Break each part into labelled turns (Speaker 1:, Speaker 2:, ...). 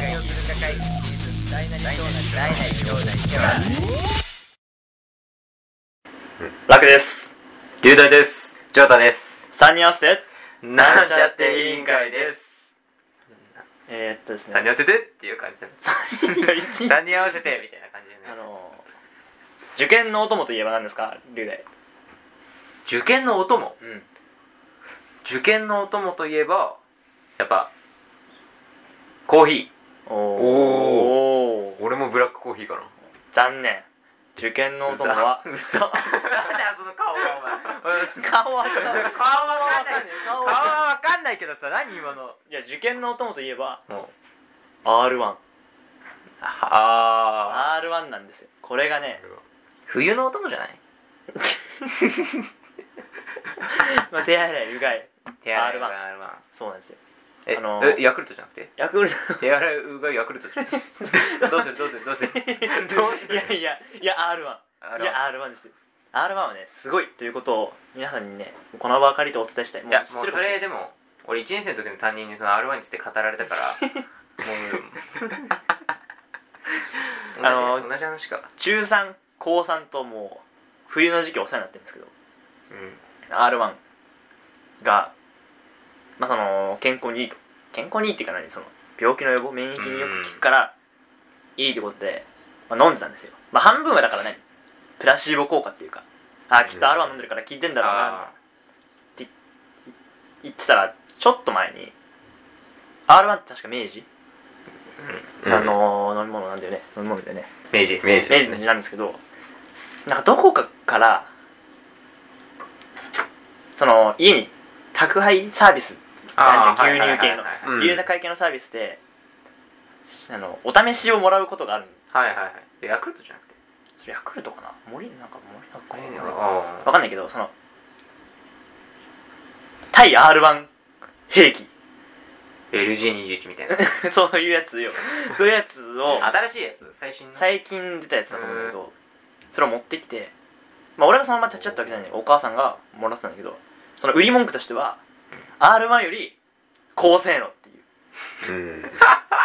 Speaker 1: 会シーズン大なり小なり大なり小なり兄弟
Speaker 2: 楽です
Speaker 3: 龍大です。ジョータです。
Speaker 2: 3人合わせて
Speaker 3: なんちゃって委員会です。
Speaker 2: えー、っとですね
Speaker 3: 3人合わせてっていう感じだね。
Speaker 2: 三人の一 員
Speaker 3: 3人合わせてみたいな感じだ
Speaker 2: あ
Speaker 3: ね。
Speaker 2: の受験のお供といえば何ですか龍大
Speaker 3: 受験のお供
Speaker 2: うん
Speaker 3: 受験のお供といえば、やっぱ、コーヒー。
Speaker 2: お
Speaker 3: お
Speaker 2: ーおー
Speaker 3: 俺もブラックコーヒーかな。
Speaker 2: 残念受験のお供は
Speaker 3: う そ。なんだよ、その顔がお前。
Speaker 2: 顔は
Speaker 3: 顔はわかんない。顔はわかんないけどさ、何今の。
Speaker 2: いや受験のお供といえば
Speaker 3: も
Speaker 2: R1R1
Speaker 3: う。ああ。
Speaker 2: なんですよこれがね
Speaker 3: 冬のお供じゃ ない
Speaker 2: まあ手洗いうがい
Speaker 3: 手洗いが
Speaker 2: R1
Speaker 3: R1。
Speaker 2: そうなんですよ
Speaker 3: え、
Speaker 2: あのー
Speaker 3: えヤクルトじゃなくて
Speaker 2: ヤクルト
Speaker 3: 手洗いうがいヤクルトじゃなくてどうするどうするどうするどうす
Speaker 2: いやいやいや R1
Speaker 3: R1
Speaker 2: いや R1 ですよ R1 はねすごいということを皆さんにねこの場を借りてお伝えしたいも
Speaker 3: いや
Speaker 2: う知
Speaker 3: も
Speaker 2: っ
Speaker 3: うそ
Speaker 2: てるかもし
Speaker 3: れ
Speaker 2: れない
Speaker 3: でも俺1年生の時の担任にその R1 について語られたから もう
Speaker 2: あのー
Speaker 3: 同じ同じ話か
Speaker 2: 中3高3ともう冬の時期お世話になってるんですけど
Speaker 3: うん
Speaker 2: R1 がまあその健康にいいと健康にいいっていうか何その病気の予防免疫によく効くからいいってことで、まあ、飲んでたんですよ、まあ、半分はだから何プラシーボ効果っていうかあきっと R1 飲んでるから効いてんだろうなみたいな
Speaker 3: あ
Speaker 2: 言ってたらちょっと前に R1 って確か明治、
Speaker 3: ーうん
Speaker 2: あの飲み物なんだよね飲み物だよね
Speaker 3: 明治明治
Speaker 2: 明治の字なんですけどなんかどこかからその家に宅配サービス
Speaker 3: あー
Speaker 2: なんちゃう牛乳
Speaker 3: はい
Speaker 2: 系
Speaker 3: はい
Speaker 2: の
Speaker 3: はいはい
Speaker 4: うん
Speaker 2: 牛宅配系のサービスで、あのお試しをもらうことがある
Speaker 3: はいはいはいでヤクルトじゃなくて
Speaker 2: それヤクルトかな森なんか森なんか
Speaker 3: うん
Speaker 2: わ
Speaker 3: あ
Speaker 2: かんないけどその対 R1 兵器
Speaker 3: ー LG21 みたいな
Speaker 2: そういうやつよそういうやつを
Speaker 3: 新しいやつ最新の
Speaker 2: 最近出たやつだと思うんだけどそれを持ってきて、まあ、俺がそのまま立ち会ったわけじゃないお母さんがもらってたんだけどその売り文句としては R1 より高性能ってい
Speaker 4: う
Speaker 2: う
Speaker 4: ん。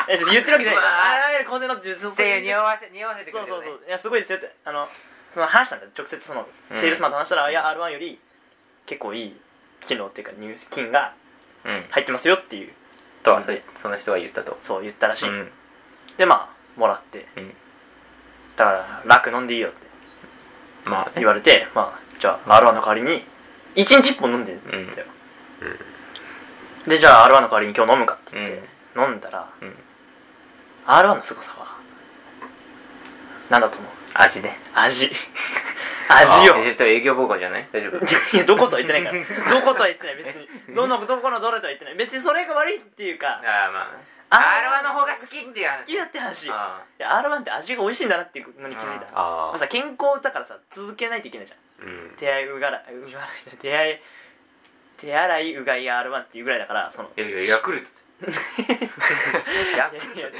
Speaker 2: え言ってるわけじゃな
Speaker 3: ま
Speaker 2: い、
Speaker 3: あ
Speaker 2: R1 より高性能ってそう
Speaker 3: せ
Speaker 2: そう
Speaker 3: ーよ
Speaker 2: いう
Speaker 3: 匂わせ匂わせてく
Speaker 2: そう
Speaker 3: れる
Speaker 2: そ
Speaker 3: よね
Speaker 2: うそういやすごいですよってあのその話したんだよ直接その
Speaker 3: うん
Speaker 2: セールスマンと話したら、いや R1 より結構いい機能っていうか入金が
Speaker 3: うん
Speaker 2: 入ってますよっていう
Speaker 3: とはそその人は言ったと
Speaker 2: そう言ったらしい、
Speaker 3: うん
Speaker 2: でまあもらって
Speaker 3: うん
Speaker 2: だから楽飲んでいいよって
Speaker 3: まあね
Speaker 2: 言われて、まあ、じゃあ R1 の代わりに1日1本飲んでんだよ、でじゃあ R1 の代わりに今日飲むかって言って、飲んだら
Speaker 3: うん
Speaker 2: R1 の凄さはなんだと思う
Speaker 3: 味ね
Speaker 2: 味 味よ
Speaker 3: あえそれ営業妨害じゃない大丈夫
Speaker 2: い やどことは言ってないからどことは言ってない 別にどのどこのどれとは言ってない別にそれが悪いっていうか
Speaker 3: ああまあね
Speaker 2: R1
Speaker 3: R1 の方が好きっていう話
Speaker 2: 好きだって話いや
Speaker 3: あ
Speaker 2: R1 って味が美味しいんだなっていうのに気づいた
Speaker 3: あ
Speaker 2: まあさ健康だからさ続けないといけないじゃん
Speaker 4: うん。
Speaker 2: 手洗いうがらいうがらいじゃない手洗い手洗いうがい R1 っていうぐらいだか らそのい
Speaker 3: いやいやヤクルト
Speaker 2: やいやいや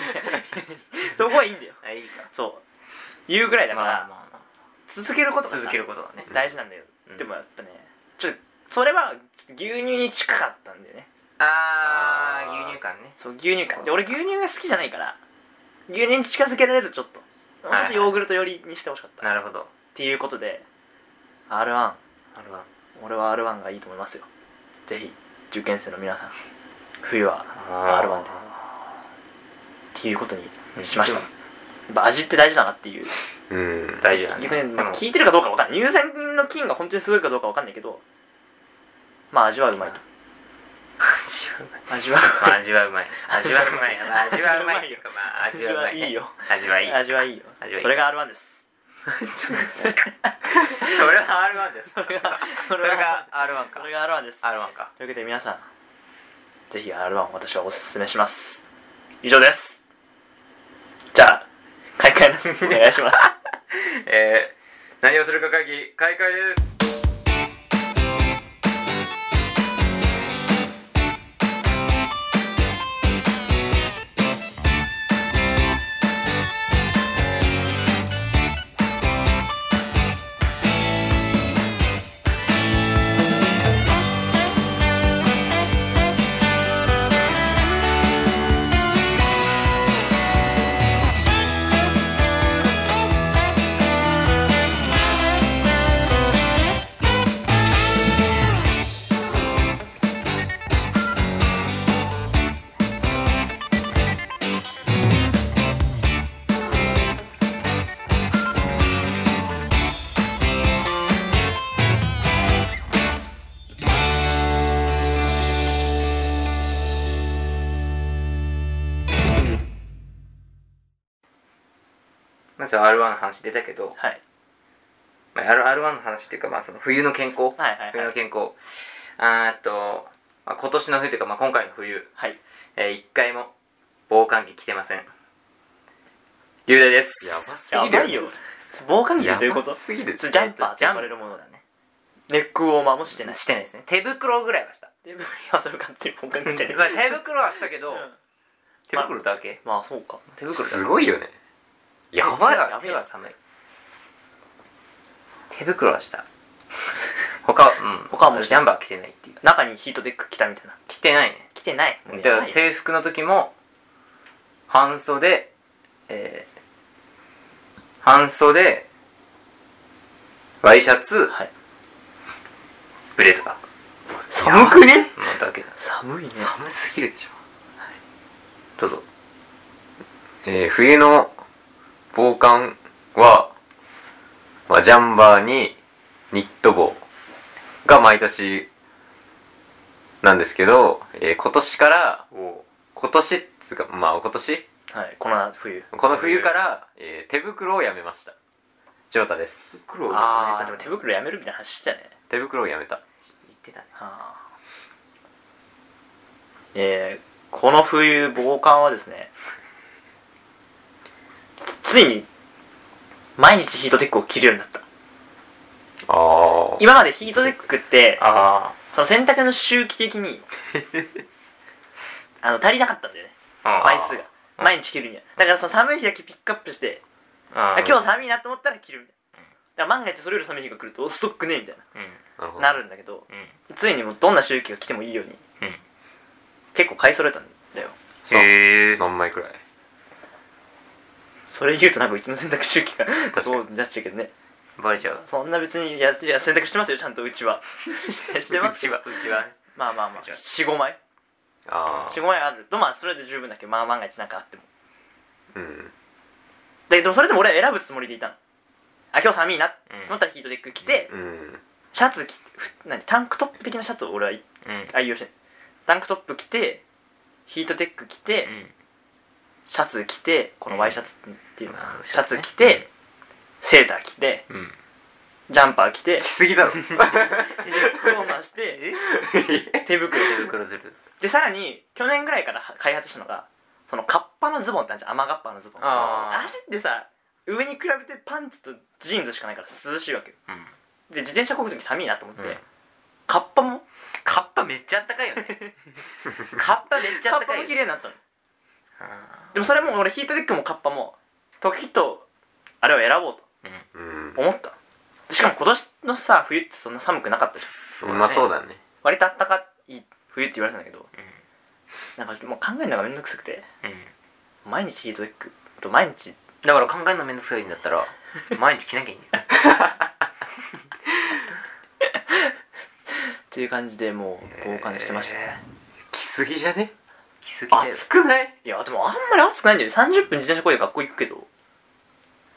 Speaker 2: そこはいいんだよ
Speaker 3: あいいか
Speaker 2: そういうぐらい
Speaker 3: だ
Speaker 2: だ
Speaker 3: か、
Speaker 2: からら
Speaker 3: まあま
Speaker 2: 続けること
Speaker 3: あ、
Speaker 2: がさ
Speaker 3: 続けることだね
Speaker 2: 大事なんだよ
Speaker 3: うん
Speaker 2: でもやっぱねちょっとそれはちょっと牛乳に近かったんだよね
Speaker 3: あ
Speaker 4: あー
Speaker 3: ー牛乳感ね
Speaker 2: そう牛乳感で俺牛乳が好きじゃないから牛乳に近づけられるちょっともうちょっとヨーグルト寄りにしてほしかったっ
Speaker 3: なるほど
Speaker 2: ていうことで R1
Speaker 3: あれは
Speaker 2: 俺は R1 がいいと思いますよぜひ受験生の皆さん冬は
Speaker 3: あ
Speaker 2: R1 でっていうことにしました、
Speaker 3: うん
Speaker 2: やっぱ味って大事だなっていう
Speaker 4: うん。
Speaker 3: 大事だね
Speaker 2: 逆に、まあ、
Speaker 3: でも
Speaker 2: 聞いてるかどうかわかんない乳酸の菌が本当にすごいかどうかわかんないけどまあ味はうまいと味は
Speaker 3: まあ 味はうまい味はうまいまあ 味はうまいよまあ味はうまい
Speaker 2: 味はいいよ
Speaker 3: 味はいい
Speaker 2: 味はいいよ
Speaker 3: 味はいい
Speaker 2: それが R1 です
Speaker 3: それは R1 です
Speaker 2: それが
Speaker 3: それが R1 か
Speaker 2: それが R1 ですと
Speaker 3: R1 か
Speaker 2: いうわけで皆さんぜひ R1 を私はおすすめします以上ですじゃあ開会ですお願いし ます
Speaker 3: えー、何をするか会議開会です
Speaker 5: 「
Speaker 6: まず R1 の話出たけど、
Speaker 2: はい
Speaker 6: まあ、R- R1 の話っていうか、まあ、その冬の健康、
Speaker 2: はいはい
Speaker 6: 冬
Speaker 2: は
Speaker 6: の
Speaker 2: い
Speaker 6: 健康、あーっと、まあ、今年の冬というか、まあ、今回の冬、
Speaker 2: はい
Speaker 6: えー一回も防寒着着てません。流大です。
Speaker 3: やばす
Speaker 2: や
Speaker 3: ぎる
Speaker 2: ばいよ防寒着
Speaker 3: や
Speaker 2: というこ
Speaker 3: ば
Speaker 2: と
Speaker 3: すぎる
Speaker 2: ジャンパーって
Speaker 6: ジャ
Speaker 2: 呼
Speaker 6: ン
Speaker 2: ばれるものだねネックウォーマーもしてない
Speaker 6: してないですね。手袋ぐら いはした。
Speaker 2: でいやそれ買って防寒着 って
Speaker 6: まあ手袋はしたけど、
Speaker 2: うん
Speaker 6: 手袋だけ
Speaker 2: まあそうか
Speaker 6: 手袋だけ
Speaker 3: すごいよねやば
Speaker 6: ば
Speaker 3: い
Speaker 6: い手は手は寒い手袋は した他はうん
Speaker 2: 他はもうして
Speaker 6: ジャンバー着てないっていう
Speaker 2: 中にヒートテック着たみたいな
Speaker 6: 着てないね
Speaker 2: 着てないもう
Speaker 6: だか
Speaker 2: やば
Speaker 6: ら
Speaker 2: いよ
Speaker 6: 制服の時も半袖えー、半袖ワイシャツ、
Speaker 2: はい
Speaker 6: ブレザーま
Speaker 2: 寒くね
Speaker 6: あだけだ
Speaker 2: 寒いね
Speaker 3: 寒すぎるでしょ
Speaker 6: どうぞ
Speaker 3: えー冬の防寒は、まあ、ジャンバーにニット帽が毎年なんですけど、えー今年から、今年っつうか、まあ今年
Speaker 2: はいこの冬
Speaker 3: この冬から、えー手袋をやめました。ジョータです。
Speaker 6: 袋
Speaker 2: ああでも手袋やめるみたいな話してたね
Speaker 3: 手袋をやめた。
Speaker 6: 言ってたね
Speaker 2: はあえー、この冬防寒はですねついに毎日ヒートテックを着るようになった
Speaker 3: あ
Speaker 2: 今までヒートテックって
Speaker 6: あ
Speaker 2: その洗濯の周期的にあの足りなかったんだよね
Speaker 6: あ
Speaker 2: 枚数が毎日着るにはだからその寒い日だけピックアップして
Speaker 6: あ
Speaker 2: あ今日寒いなと思ったら着るみたいなだから万が一それより寒い日が来るとおストックねえみたい
Speaker 3: あ。
Speaker 6: うん
Speaker 3: なるほ
Speaker 2: な
Speaker 3: ど
Speaker 2: なるんだけど
Speaker 6: うん
Speaker 2: ついにもうどんな周期が来てもいいように
Speaker 6: うん
Speaker 2: 結構買い揃えたんだよ
Speaker 6: へえ
Speaker 3: 何枚くらい
Speaker 2: それ言うとなんかうちの洗濯周期が
Speaker 3: かに
Speaker 2: どうになっちゃうけどね
Speaker 6: バレちゃう
Speaker 2: そんな別にいやいや洗濯してますよちゃんとうち はしてますよ
Speaker 6: うちはね
Speaker 2: まあまあまあ
Speaker 6: うちは
Speaker 2: 45枚
Speaker 3: ああ
Speaker 2: 45。枚あるとまあそれで十分だけどまあ万が一なんかあっても
Speaker 3: うん。
Speaker 2: だけどそれでも俺は選ぶつもりでいたのあ今日寒いなと
Speaker 6: うん
Speaker 2: 思ったらヒートテック着て、
Speaker 3: うん。
Speaker 2: シャツ着てふ何タンクトップ的なシャツを俺は
Speaker 6: うん
Speaker 2: 愛用してるタンクトップ着てヒートテック着て、シャツ着てこのワイシャツっていうのかな
Speaker 6: うん
Speaker 2: シャツ着て、セーター着て
Speaker 6: うんうん
Speaker 2: ジャンパー着て
Speaker 3: 来すぎ だろ。
Speaker 2: ローマン して手袋す
Speaker 6: 手
Speaker 2: る
Speaker 6: 袋する
Speaker 2: でさらに去年ぐらいから開発したのがそのカッパのズボンってあるじゃん雨がっぱのズボン
Speaker 6: あー
Speaker 2: 足ってさ上に比べてパンツとジーンズしかないから涼しいわけよ
Speaker 6: うん
Speaker 2: で自転車こぐ時寒いなと思って、
Speaker 6: うん
Speaker 2: カッパも
Speaker 6: カッパめっちゃあったかいよね カッパめっちゃ
Speaker 2: カ
Speaker 6: あっ
Speaker 2: ッパ
Speaker 6: たかい
Speaker 2: も
Speaker 6: よ
Speaker 2: 綺
Speaker 6: ね
Speaker 2: 麗になったの
Speaker 6: あ
Speaker 2: でもそれも俺ヒートテックもカッパも時とあれを選ぼう
Speaker 6: ーうん
Speaker 3: うん。
Speaker 2: と思ったしかも今年のさ冬ってそんな寒くなかったし
Speaker 6: そ
Speaker 3: まあそうだね。
Speaker 2: 割とあったかい冬って言われてたんだけどなんかもう考えるのがめんどくさくて
Speaker 6: うんうん
Speaker 2: 毎日ヒートテックと毎日
Speaker 6: だから考えるのめんどくさいんだったら毎日着なきゃいいんだよ
Speaker 2: っていう感じでもう防寒してましたね、
Speaker 3: 来すぎじゃね
Speaker 6: 着すぎだよ
Speaker 3: 暑くない
Speaker 2: いやでもあんまり暑くないんだよね30分自転車こいで学校行くけど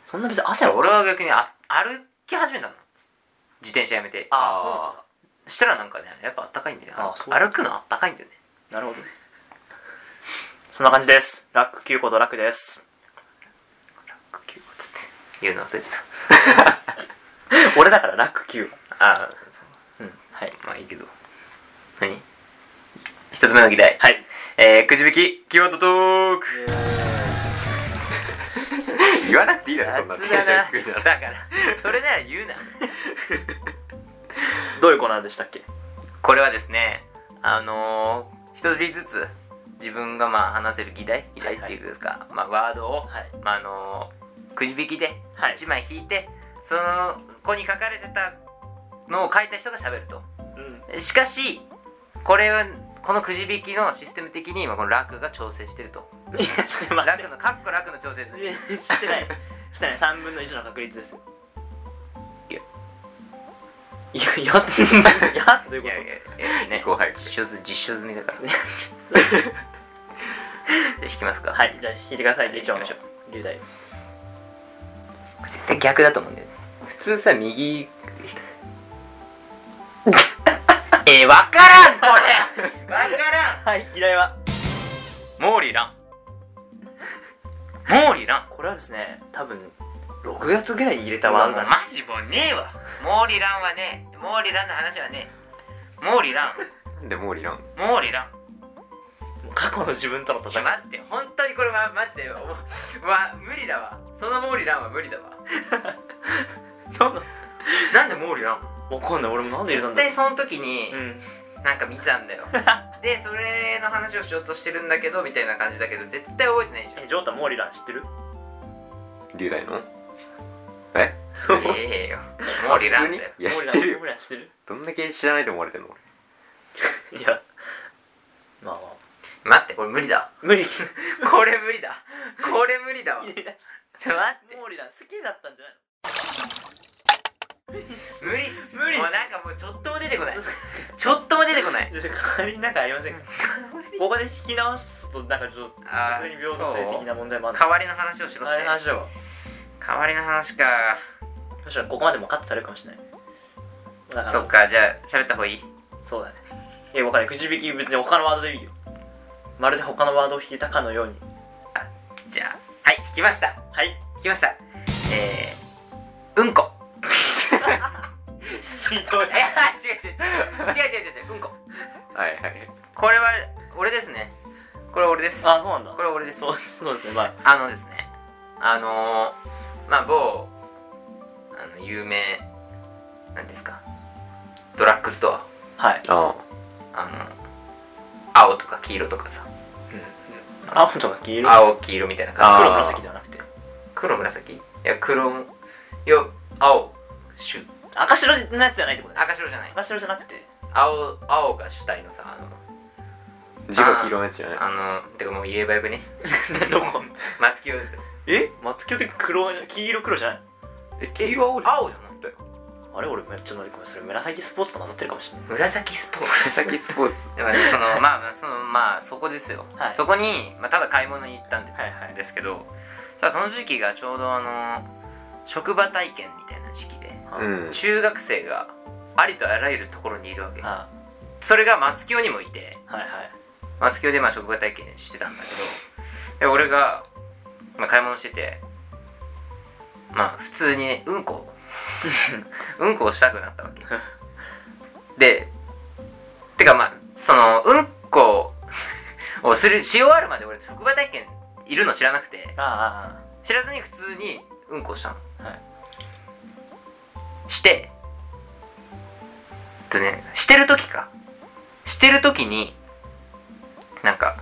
Speaker 2: そんな別に汗は
Speaker 6: 俺は逆にあ歩き始めたの自転車やめて
Speaker 2: ああ
Speaker 6: そしたらなんかねやっぱあったかいんだよ
Speaker 2: あーそう
Speaker 6: 歩くのあったかいんだよね
Speaker 2: そうなんだなるほどねそんな感じですラック9個とラックです
Speaker 6: って言うの忘れて
Speaker 2: 俺だからラック9
Speaker 6: たああ
Speaker 2: うんはい
Speaker 6: まあいいけど何一つ目の議題
Speaker 2: はい
Speaker 6: えー、くじ引きキーワードトーク
Speaker 3: 言わなくていいだろ、そんな。
Speaker 6: 雑だな
Speaker 3: 低いな
Speaker 6: だ
Speaker 3: ら
Speaker 6: からそれなら言うな
Speaker 2: どういうコーナーでしたっけ
Speaker 6: これはですねあのー、一人ずつ自分がまあ話せる議題議題っていうんですか、まあ、ワードを、
Speaker 2: はい
Speaker 6: まああのー、くじ引きで
Speaker 2: はい
Speaker 6: 1枚引いて、その子に書かれてたのを書いた人が喋ると
Speaker 2: うん
Speaker 6: しかしこれはこのくじ引きのシステム的に今この楽が調整してると
Speaker 2: いやしてません
Speaker 6: 楽のかっこ楽の調整です
Speaker 2: いやしてないしてない3分の1の確率です
Speaker 6: いや
Speaker 2: いやいやっていやってどういうこ
Speaker 6: い
Speaker 2: と
Speaker 6: やいやいやね
Speaker 3: 行こう早く
Speaker 6: 実証済実証済みだから じゃあ引きますか
Speaker 2: はいじゃあ引いてください議長の
Speaker 6: 行きま
Speaker 2: 流大
Speaker 6: 絶対逆だと思うんだよね
Speaker 3: 普通さ、右、
Speaker 6: えー、わからんこれ わからん
Speaker 2: はい議題は
Speaker 6: 毛利蘭毛利蘭
Speaker 2: これはですね多分6月ぐらいに入れたワードだな
Speaker 6: マジもうねえわモーリランはねえモーリランの話はねえモーリラン
Speaker 3: なん でもうリラン
Speaker 6: モーリラン
Speaker 2: 過去の自分との
Speaker 6: ち
Speaker 2: 戦 い
Speaker 6: ょ待って本当にこれはマジでおわ無理だわそのモーリランは無理だわ
Speaker 2: なんだ
Speaker 6: なんでモーリラン
Speaker 2: わかんない俺もなんで入れたん
Speaker 6: 絶
Speaker 2: だ ろ
Speaker 6: 対その時に
Speaker 2: ううん
Speaker 6: なんか見たんだよでそれの話をしようとしてるんだけどみたいな感じだけど絶対覚えてないじゃん
Speaker 2: えジョータモーリラン知ってる
Speaker 3: 龍大のえ
Speaker 6: ええよモーリランだよ
Speaker 3: いや
Speaker 2: モーリラン
Speaker 3: 知ってるよ
Speaker 2: モーリラン知ってる
Speaker 3: どんだけ知らないと思われてんの俺
Speaker 2: いやまあまあ
Speaker 6: 待ってこれ無理だ
Speaker 2: 無理
Speaker 6: これ無理だこれ無理 だわ
Speaker 2: 入れ出し
Speaker 6: ちょ待って
Speaker 2: たモーリラン好きだったんじゃないの
Speaker 6: 無理
Speaker 2: 無理
Speaker 6: もうなんかもうちょっとも出 てこないちょっとも出てこない
Speaker 2: 先生代わりになんかありませんかここで引き直すとなんかちょっとさ
Speaker 6: あ
Speaker 2: す
Speaker 6: ー
Speaker 2: がに平等性的な問題もある
Speaker 6: 代わりの話をしろっ
Speaker 2: 大
Speaker 6: て
Speaker 2: 変な話だわ
Speaker 6: 代わりの話か
Speaker 2: そしたらここまでもカットされるかもしれないだから
Speaker 6: そっかじゃあ喋った方がいい
Speaker 2: そうだねいやわかんないくじ引き別に他のワードでいいよまるで他のワードを引いたかのように
Speaker 6: じゃあはい聞きました
Speaker 2: はい
Speaker 6: 聞きましたえー、うんこ
Speaker 2: ひど
Speaker 6: え違う違う違う違う違う違う違ううんこ
Speaker 3: はいはい
Speaker 6: これは俺ですねこれ俺です
Speaker 2: あそうなんだ
Speaker 6: これ俺です
Speaker 2: そうそうですねまあ
Speaker 6: あのですねあのー、まあ某あの有名なんですかドラッグストア
Speaker 2: はい、
Speaker 3: あ
Speaker 6: あの青とか黄色とかさ
Speaker 2: うん、青とか黄色
Speaker 6: 青黄色みたいな
Speaker 3: あー
Speaker 2: 黒
Speaker 6: 感
Speaker 2: 紫ではなくて
Speaker 6: じ黒紫いや黒いや青主
Speaker 2: 赤白のやつじゃないってことね
Speaker 6: 赤白じゃない
Speaker 2: 赤白じゃなくて
Speaker 6: 青青が主体のさあの
Speaker 3: あ字が黄色のやつじゃない
Speaker 6: あのてかもう言えばよくね
Speaker 2: どこ
Speaker 6: 松木用ですよ
Speaker 2: え松清って黒黄色黒じゃない
Speaker 3: え黄色は青
Speaker 6: 青じゃない
Speaker 2: あれ俺ちょっと待ってごめんそれ紫スポーツと混ざってるかもしれない
Speaker 6: 紫スポーツ
Speaker 3: 紫スポーツ
Speaker 6: だからそのまあまあそのまあそこですよ、
Speaker 2: はい
Speaker 6: そこに、まあ、ただ買い物に行ったんで,、
Speaker 2: はいはい
Speaker 6: ですけどさあその時期がちょうどあの職場体験みたいな時期で
Speaker 3: うん
Speaker 6: 中学生がありとあらゆるところにいるわけ
Speaker 2: あ
Speaker 6: それが松京にもいて
Speaker 2: はいはい
Speaker 6: 松京でまあ職場体験してたんだけどで俺が、まあ、買い物しててまあ普通にうんこ うんこをしたくなったわけでてかまあそのうんこをするし終わるまで俺職場体験いるの知らなくて
Speaker 2: ああ
Speaker 6: 知らずに普通にうんこしたの
Speaker 2: あはい
Speaker 6: してえっとねしてる時かしてる時になんか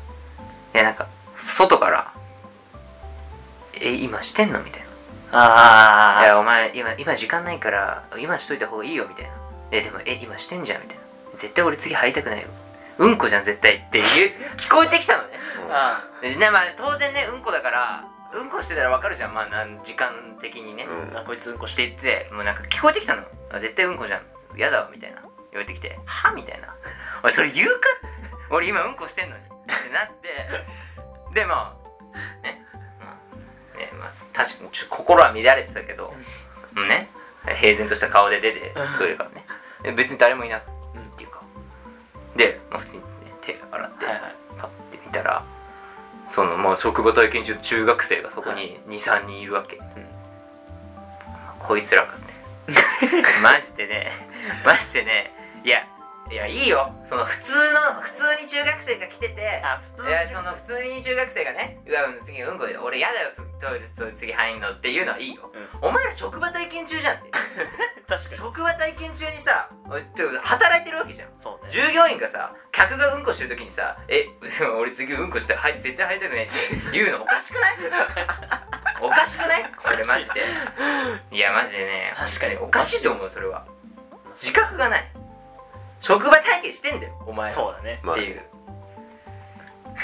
Speaker 6: いやなんか外から「え今してんの?」みたいな「い
Speaker 2: ああ
Speaker 6: やお前今今時間ないから今しといた方がいいよ」みたいな「えでもえ今してんじゃん」みたいな「絶対俺次入りたくないよ」うんこじゃん絶対っていう聞こえてきたのね
Speaker 2: あ
Speaker 6: でねまあ当然ねうんこだからうんこしてたらわかるじゃんまあなん時間的にね、
Speaker 3: うん
Speaker 2: ああこいつうんこし
Speaker 6: してて言ってもうなんか聞こえてきたのあ絶対うんこじゃんやだわみたいな言われてきてはみたいな おいそれ言うか俺今うんこしてんのにってなってでまあね,、まあねまあ、確かにちょ心は乱れてたけど、もうね平然とした顔で出てくるからねで別に誰もいなくっていうかで、まあ、普通に、ね、手洗って、
Speaker 2: はいはい
Speaker 6: パッて見たらそのまあ職場体験中中学生がそこに23人いるわけ、こいつらかっ てマジでね、マジでね、いや、いや、いいよ、その普通の、普通に中学生が来てて、
Speaker 2: あ普通
Speaker 6: いや、その普通に中学生がね、うわ、次うんこで、俺やだよ、トイレ、トイレ次入んのっていうのはいいよ。お前ら職場体験中じゃんって。
Speaker 2: 確かに
Speaker 6: 職場体験中にさ、おいてか働いてるわけじゃん。
Speaker 2: そうね
Speaker 6: 従業員がさ、客がうんこしてる時にさ、え、 俺次うんこして、はい、絶対入りたくないって言うのおかしくない おかしくない俺マジで。いや、マジでね、
Speaker 2: 確かに
Speaker 6: おかしいと思う、それは。自覚がない職場体験してんだよお前は
Speaker 2: そうだね
Speaker 3: ま
Speaker 6: っ
Speaker 3: あ
Speaker 6: ていう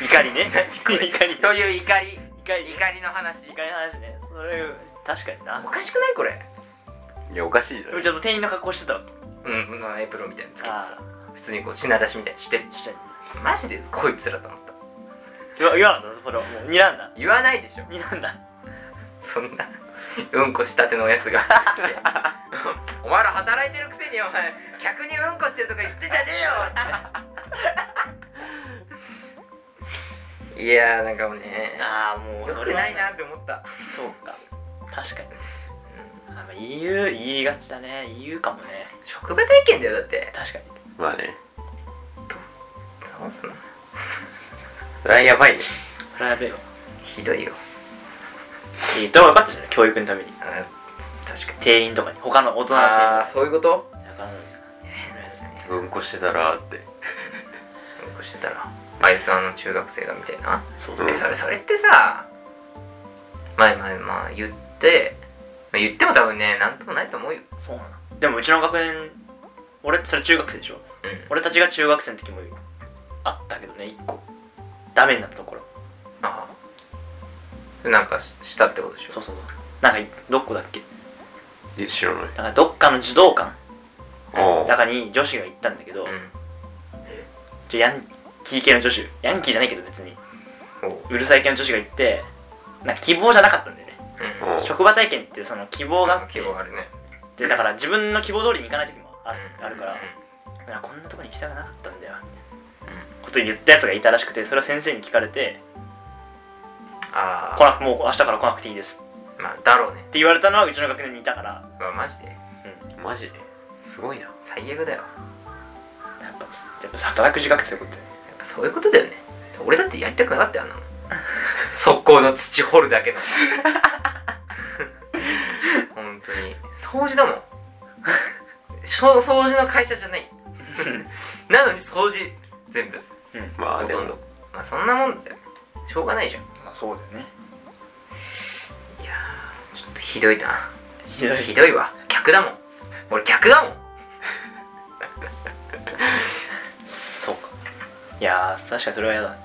Speaker 2: 怒りね 怒り怒り
Speaker 6: という怒り
Speaker 2: 怒り
Speaker 6: 怒りの話
Speaker 2: の話ねそれ確かにな
Speaker 6: おかしくないこれ
Speaker 3: いやおかしいじゃ
Speaker 2: でもちょっと店員の格好してたわけ
Speaker 6: うんまあエプロンみたいなのつけて
Speaker 2: あ
Speaker 6: さ普通にこう品出しみたいにしてる
Speaker 2: して
Speaker 6: マジでこいつらと思った
Speaker 2: 言わ言わなかったそれはもう睨んだ
Speaker 6: 言わないでしょ
Speaker 2: 睨んだ
Speaker 6: そんなうんこしたてのおやつ がお前ら働いてるくせにお前客にうんこしてるとか言ってんじゃね えよいやーなんかもうね
Speaker 2: ああもう
Speaker 6: よ
Speaker 2: そ
Speaker 6: く
Speaker 2: れは
Speaker 6: ないなって思った
Speaker 2: そうか確かにあまあ言う言いがちだね言うかもね
Speaker 6: 職場体験だよだって
Speaker 2: 確かに
Speaker 3: まあね。
Speaker 6: どうすんの
Speaker 3: それはやばいね。
Speaker 2: それはやべえよ
Speaker 6: ひどいよ
Speaker 2: 言った方がよかったじゃない教育のために
Speaker 6: あ確かに
Speaker 2: 店員とかに他の大人の
Speaker 6: ああ
Speaker 2: 店
Speaker 6: そういうこと
Speaker 2: 員だから
Speaker 3: うんこしてたらって。
Speaker 6: うんこしてたらあいつあの中学生がみたいな
Speaker 2: そう
Speaker 3: う
Speaker 2: そ
Speaker 3: ん
Speaker 2: う
Speaker 6: えそれそれってさまあまあまあ言って、まあ、言っても多分ねなんともないと思うよ
Speaker 2: そうなのでもうちの学園俺それ中学生でしょ
Speaker 6: うん
Speaker 2: 俺たちが中学生の時もあったけどね一個ダメになったところ
Speaker 6: ああなんかししたってことでしょ
Speaker 2: そうそうそうなんかどこだっけ
Speaker 3: え知らない。
Speaker 2: だからどっかの児童館
Speaker 3: ああ。
Speaker 2: 中に女子が行ったんだけど、
Speaker 6: うん
Speaker 2: ちょヤンキー系の女子ヤンキーじゃないけど別に
Speaker 6: おう
Speaker 2: うるさい系の女子が行ってなんか希望じゃなかったんだよね
Speaker 6: うん
Speaker 3: うん
Speaker 2: 職場体験ってその希望があって
Speaker 6: 希望あるね
Speaker 2: でだから自分の希望通りに行かない時もある,、
Speaker 6: うん
Speaker 2: あるか
Speaker 6: う
Speaker 2: ら
Speaker 6: ん
Speaker 2: なんかこんなとこに行きたくなかったんだよ
Speaker 6: うん
Speaker 2: こと言ったやつがいたらしくてそれを先生に聞かれて
Speaker 6: あ
Speaker 2: 来
Speaker 6: あ
Speaker 2: なくもう明日から来なくていいです
Speaker 6: まあだろうね
Speaker 2: って言われたのはうちの学年にいたから、
Speaker 6: うわマジで
Speaker 2: うん、
Speaker 3: マジすごいな。
Speaker 6: 最悪だよ
Speaker 2: やっぱやっぱ働く自覚ってそういうことだよね
Speaker 6: やっぱそういうことだよね俺だってやりたくなかったよあんなの速攻の土掘るだけの本当に掃除だもんしょ掃除の会社じゃないなのに掃除全部
Speaker 3: まあ
Speaker 6: ほ
Speaker 3: で
Speaker 6: と
Speaker 3: も
Speaker 6: んど、まあそんなもんだよしょうがないじゃんい
Speaker 2: まあそうだよね
Speaker 6: やーちょっとひどいな
Speaker 2: ひどい
Speaker 6: ひどいわ客だもん俺客だもん
Speaker 2: そうかいやー確かにそれは嫌だ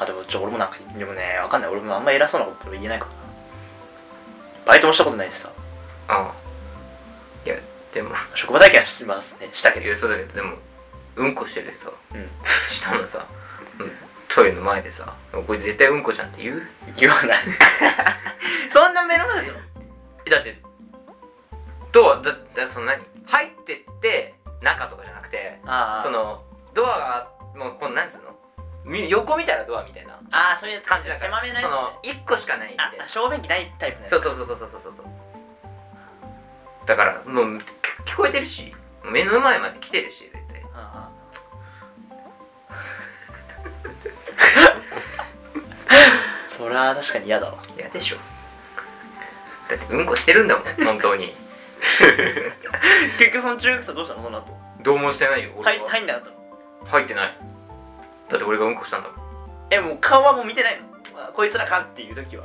Speaker 2: あでもちょ俺もなんかでもねわかんない俺もあんま偉そうなこと言えないからなバイトもしたことないしさ
Speaker 6: ああいやでも
Speaker 2: 職場体験はしますねしたけど
Speaker 6: いやそうだけどでもうんこしてる人
Speaker 2: うん
Speaker 6: したのさトイレの前でさ「これ絶対うんこじゃん」って言う
Speaker 2: 言わない そんな目の前だの
Speaker 6: だってドアだだその何入ってって中とかじゃなくて
Speaker 2: ああ
Speaker 6: そのドアがもうこのなんつうのみ横見たらドアみたいな
Speaker 2: ああそういうやつ
Speaker 6: 感じだから
Speaker 2: 狭めない
Speaker 6: そ
Speaker 2: やつね
Speaker 6: の1個しかないみた
Speaker 2: あ
Speaker 6: い
Speaker 2: あ
Speaker 6: な
Speaker 2: 正面機ないタイプのやつ
Speaker 6: そうそうそうそうそうそうそうだからもうき聞こえてるし目の前まで来てるし絶対
Speaker 2: ああそりゃ確かに嫌だわ
Speaker 6: 嫌でしょだってうんこしてるんだもん本 当に
Speaker 2: 結局その中学生はどうしたのその後
Speaker 6: どうもしてないよ俺
Speaker 2: 入
Speaker 6: は
Speaker 2: 入んなかったの
Speaker 6: 入ってないだって俺がうんこしたんだもん
Speaker 2: えもう顔はもう見てないのあこいつらかっていう時は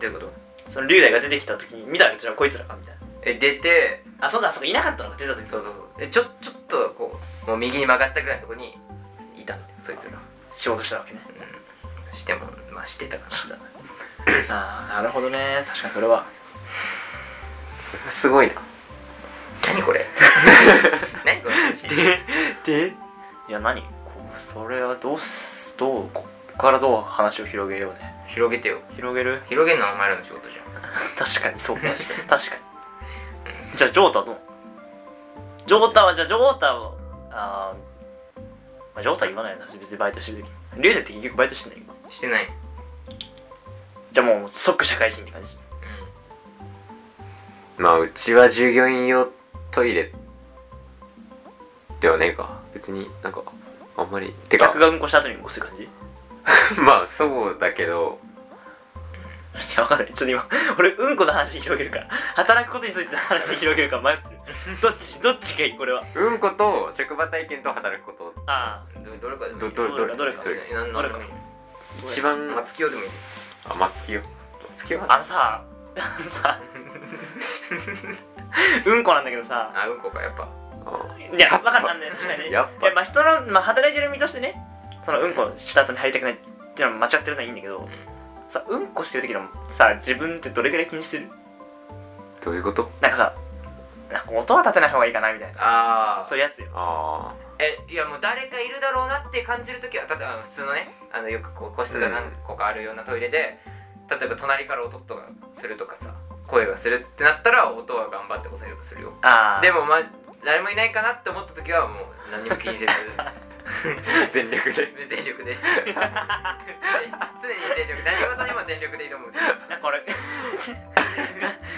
Speaker 6: どういうこと
Speaker 2: その龍大が出てきた時に見たらうちらこいつらかみたいな
Speaker 6: え出て
Speaker 2: あそうだそこいなかったのか出た時
Speaker 6: そうそうそうえちょちょっとこうもう右に曲がったぐらいのとこにいたんだよそいつが、
Speaker 2: 仕事したわけね
Speaker 6: うん、してもまあしてたから
Speaker 2: した ああなるほどね確かにそれは
Speaker 3: すごいな。
Speaker 6: 何 これ何これ
Speaker 3: で、で、
Speaker 2: いや何こうそれはどうすどうこっからどう話を広げようね
Speaker 6: 広げてよ
Speaker 2: 広げる
Speaker 6: 広げるのはお前らの仕事じゃん
Speaker 2: 確かにそう確かに確かにじゃあジョータはどうジョータはじゃあジョータはあー、まあ、ジョータは言わないな別にバイトしてる時に龍大って結局バイトしてんだ今
Speaker 6: してない
Speaker 2: じゃあもう即社会人って感じ
Speaker 6: う
Speaker 3: まあうちは従業員用トイレではねえか。別になんか、あんまり。てか
Speaker 2: 客、がうんこした後にうんこする感じ い
Speaker 3: まあそうだけど、
Speaker 2: やわかんないちょっと今 俺うんこの話に広げるから働くことについての話に広げるから迷ってる どっちどっちがいいこれは
Speaker 3: うんこと職場体験と働くこ
Speaker 2: あ
Speaker 6: んどどれかでもいい
Speaker 3: どどれどれ
Speaker 2: どれか
Speaker 3: どれ
Speaker 6: ななんでもいい
Speaker 3: と一番
Speaker 6: 松清でもいい
Speaker 3: あ松木よ松木
Speaker 2: あ
Speaker 3: は
Speaker 2: あのさあのさ うんこなんだけどさ
Speaker 6: あうんこかやっぱ
Speaker 3: あ
Speaker 2: いや、分かったんだよ、確かに。
Speaker 3: やっぱ
Speaker 2: いまあ、人の、まあ、働いてる身としてね、そのうんこした後に入りたくないっていうのは間違ってるのはいいんだけど、さ、うんこしてる時のさ、自分ってどれぐらい気にしてる
Speaker 3: どういうこと
Speaker 2: なんかさ、なんか音は立てない方がいいかなみたいな。
Speaker 6: ああ
Speaker 2: そういうやつよ。
Speaker 3: あ
Speaker 6: えいやもう誰かいるだろうなって感じるときは例えばあの普通のねあのよくこう個室が何個かあるようなトイレで、例えば隣から音とかするとかさ声がするってなったら音は頑張って抑えようとするよ
Speaker 2: あ
Speaker 6: で、もまあ誰もいないかなって思ったときはもう何も 気にせず
Speaker 3: あ全力で
Speaker 6: 全力で常に全力何事にも全力で挑む
Speaker 2: なんか俺、